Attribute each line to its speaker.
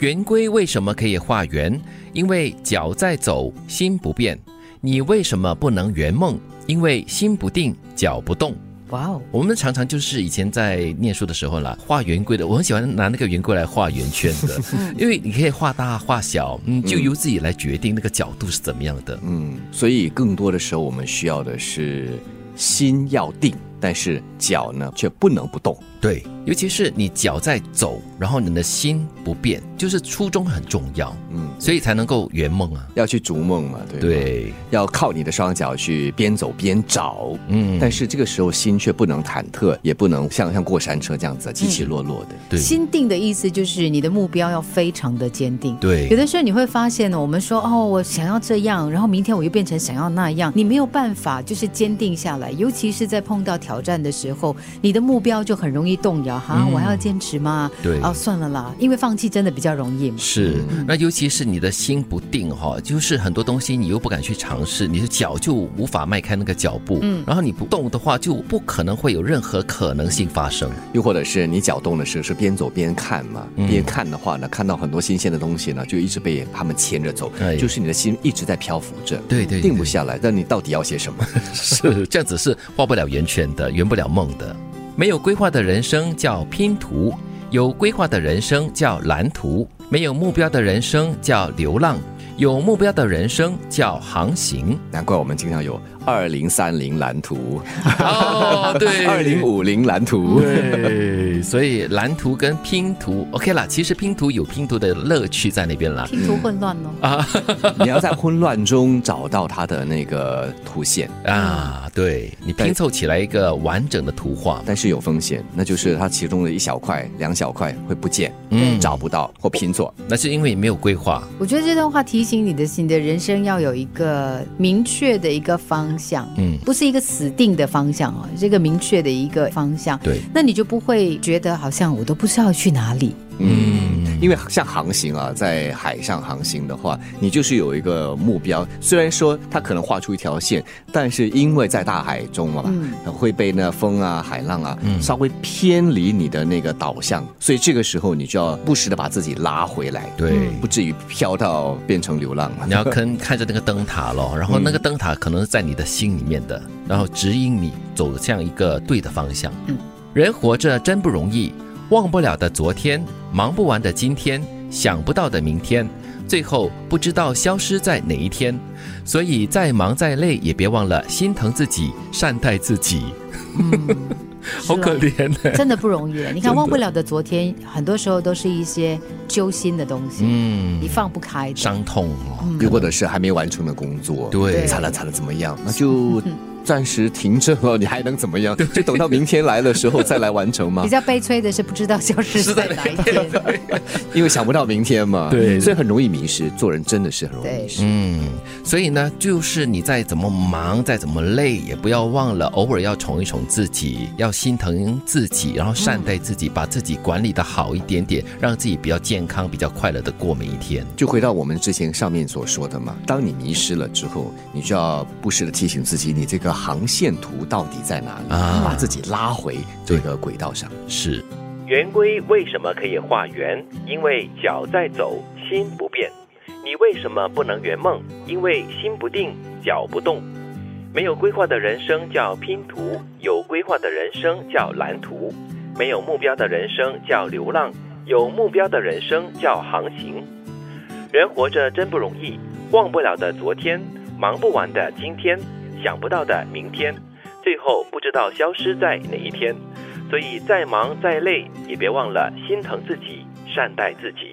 Speaker 1: 圆规为什么可以画圆？因为脚在走，心不变。你为什么不能圆梦？因为心不定，脚不动。
Speaker 2: 哇哦，
Speaker 1: 我们常常就是以前在念书的时候啦，画圆规的，我很喜欢拿那个圆规来画圆圈的，因为你可以画大画小，嗯，就由自己来决定那个角度是怎么样的。
Speaker 3: 嗯，所以更多的时候我们需要的是心要定，但是脚呢却不能不动。
Speaker 1: 对，尤其是你脚在走，然后你的心不变，就是初衷很重要，
Speaker 3: 嗯，
Speaker 1: 所以才能够圆梦啊。
Speaker 3: 要去逐梦嘛，对吧，
Speaker 1: 对，
Speaker 3: 要靠你的双脚去边走边找。
Speaker 1: 嗯，
Speaker 3: 但是这个时候心却不能忐忑，也不能像像过山车这样子起起落落的。
Speaker 1: 嗯对
Speaker 2: 心定的意思就是你的目标要非常的坚定。有
Speaker 1: 对
Speaker 2: 的时候你会发现呢，我们说哦，我想要这样，然后明天我又变成想要那样，你没有办法就是坚定下来，尤其是在碰到挑战的时候，你的目标就很容易动摇。哈，
Speaker 1: 嗯
Speaker 2: 我还要坚持吗？
Speaker 1: 对
Speaker 2: 哦，算了啦，因为放弃真的比较容易嘛。
Speaker 1: 是，那尤其是你的心不定哈、就是很多东西你又不敢去尝试，你的脚就无法迈开那个脚步，嗯，然后你不动的话，就不可能会有任何可能性发生。
Speaker 3: 又或者是你脚动的时候是边走边看嘛，
Speaker 1: 嗯
Speaker 3: 边看的话呢，看到很多新鲜的东西呢，就一直被他们牵着走，
Speaker 1: 哎
Speaker 3: 就是你的心一直在漂浮着，
Speaker 1: 对对对
Speaker 3: 定不下来。但你到底要些什么？
Speaker 1: 是这样子是画不了圆圈的，圆不了梦的。没有规划的人生叫拼图，有规划的人生叫蓝图，没有目标的人生叫流浪，有目标的人生叫航行。
Speaker 3: 难怪我们经常有二零三零蓝图，
Speaker 1: 哦，对，
Speaker 3: 二零。五零蓝图。
Speaker 1: 对，所以蓝图跟拼图 OK 啦，其实拼图有拼图的乐趣在那边啦。
Speaker 2: 拼图混乱哦。
Speaker 3: 你要在混乱中找到它的那个图线，
Speaker 1: 啊，对你拼凑起来一个完整的图画，
Speaker 3: 但是有风险，那就是它其中的一小块、两小块会不见，
Speaker 1: 嗯
Speaker 3: 找不到或拼错。
Speaker 1: 那是因为你没有规划。
Speaker 2: 我觉得这段话提醒你的是，你的人生要有一个明确的一个方向，
Speaker 1: 嗯
Speaker 2: 不是一个死定的方向哦，这个明确的一个方向，
Speaker 1: 对，
Speaker 2: 那你就不会觉得好像我都不知道去哪里，
Speaker 3: 嗯，因为像航行啊，在海上航行的话，你就是有一个目标。虽然说它可能画出一条线，但是因为在大海中嘛，呃会被那风啊、海浪啊
Speaker 1: 嗯
Speaker 3: 稍微偏离你的那个导向，所以这个时候你就要不时的把自己拉回来，
Speaker 1: 对
Speaker 3: 不至于飘到变成流浪
Speaker 1: 你要看看着那个灯塔咯，然后那个灯塔可能是在你的心里面的，然后指引你走向一个对的方向。
Speaker 2: 嗯，
Speaker 1: 人活着真不容易，忘不了的昨天，忙不完的今天，想不到的明天，最后不知道消失在哪一天。所以再忙再累，也别忘了心疼自己，善待自己。好可怜呢、
Speaker 2: 真的不容易了。你看，忘不了的昨天，很多时候都是一些揪心的东西，
Speaker 1: 嗯
Speaker 2: 你，放不开的。
Speaker 1: 伤痛哦。
Speaker 3: 又或者是还没完成的工作，
Speaker 1: 对
Speaker 3: 哎惨了惨了，怎么样？那就暂时停着哦，你还能怎么样？就等到明天来的时候再来完成吗
Speaker 2: 比？较悲催的是，不知道消失在哪一天。
Speaker 3: 因为想不到明天嘛，
Speaker 1: 对
Speaker 3: 所以很容易迷失。做人真的是很容易迷失。
Speaker 1: 嗯，所以呢，就是你再怎么忙，再怎么累，也不要忘了偶尔要宠一宠自己，要心疼自己，然后善待自己，把自己管理的好一点点，让自己比较健康、比较快乐的过每一天。
Speaker 3: 就回到我们之前上面所说的嘛，当你迷失了之后，你就要不时的提醒自己，你这个航线图到底在哪里，
Speaker 1: 啊
Speaker 3: 把自己拉回这个轨道上。
Speaker 1: 是。
Speaker 4: 圆规为什么可以画圆？因为脚在走，心不变。你为什么不能圆梦？因为心不定，脚不动。没有规划的人生叫拼图，有规划的人生叫蓝图。没有目标的人生叫流浪，有目标的人生叫航行。人活着真不容易，忘不了的昨天，忙不完的今天，想不到的明天，最后不知道消失在哪一天。所以再忙再累，也别忘了心疼自己，善待自己。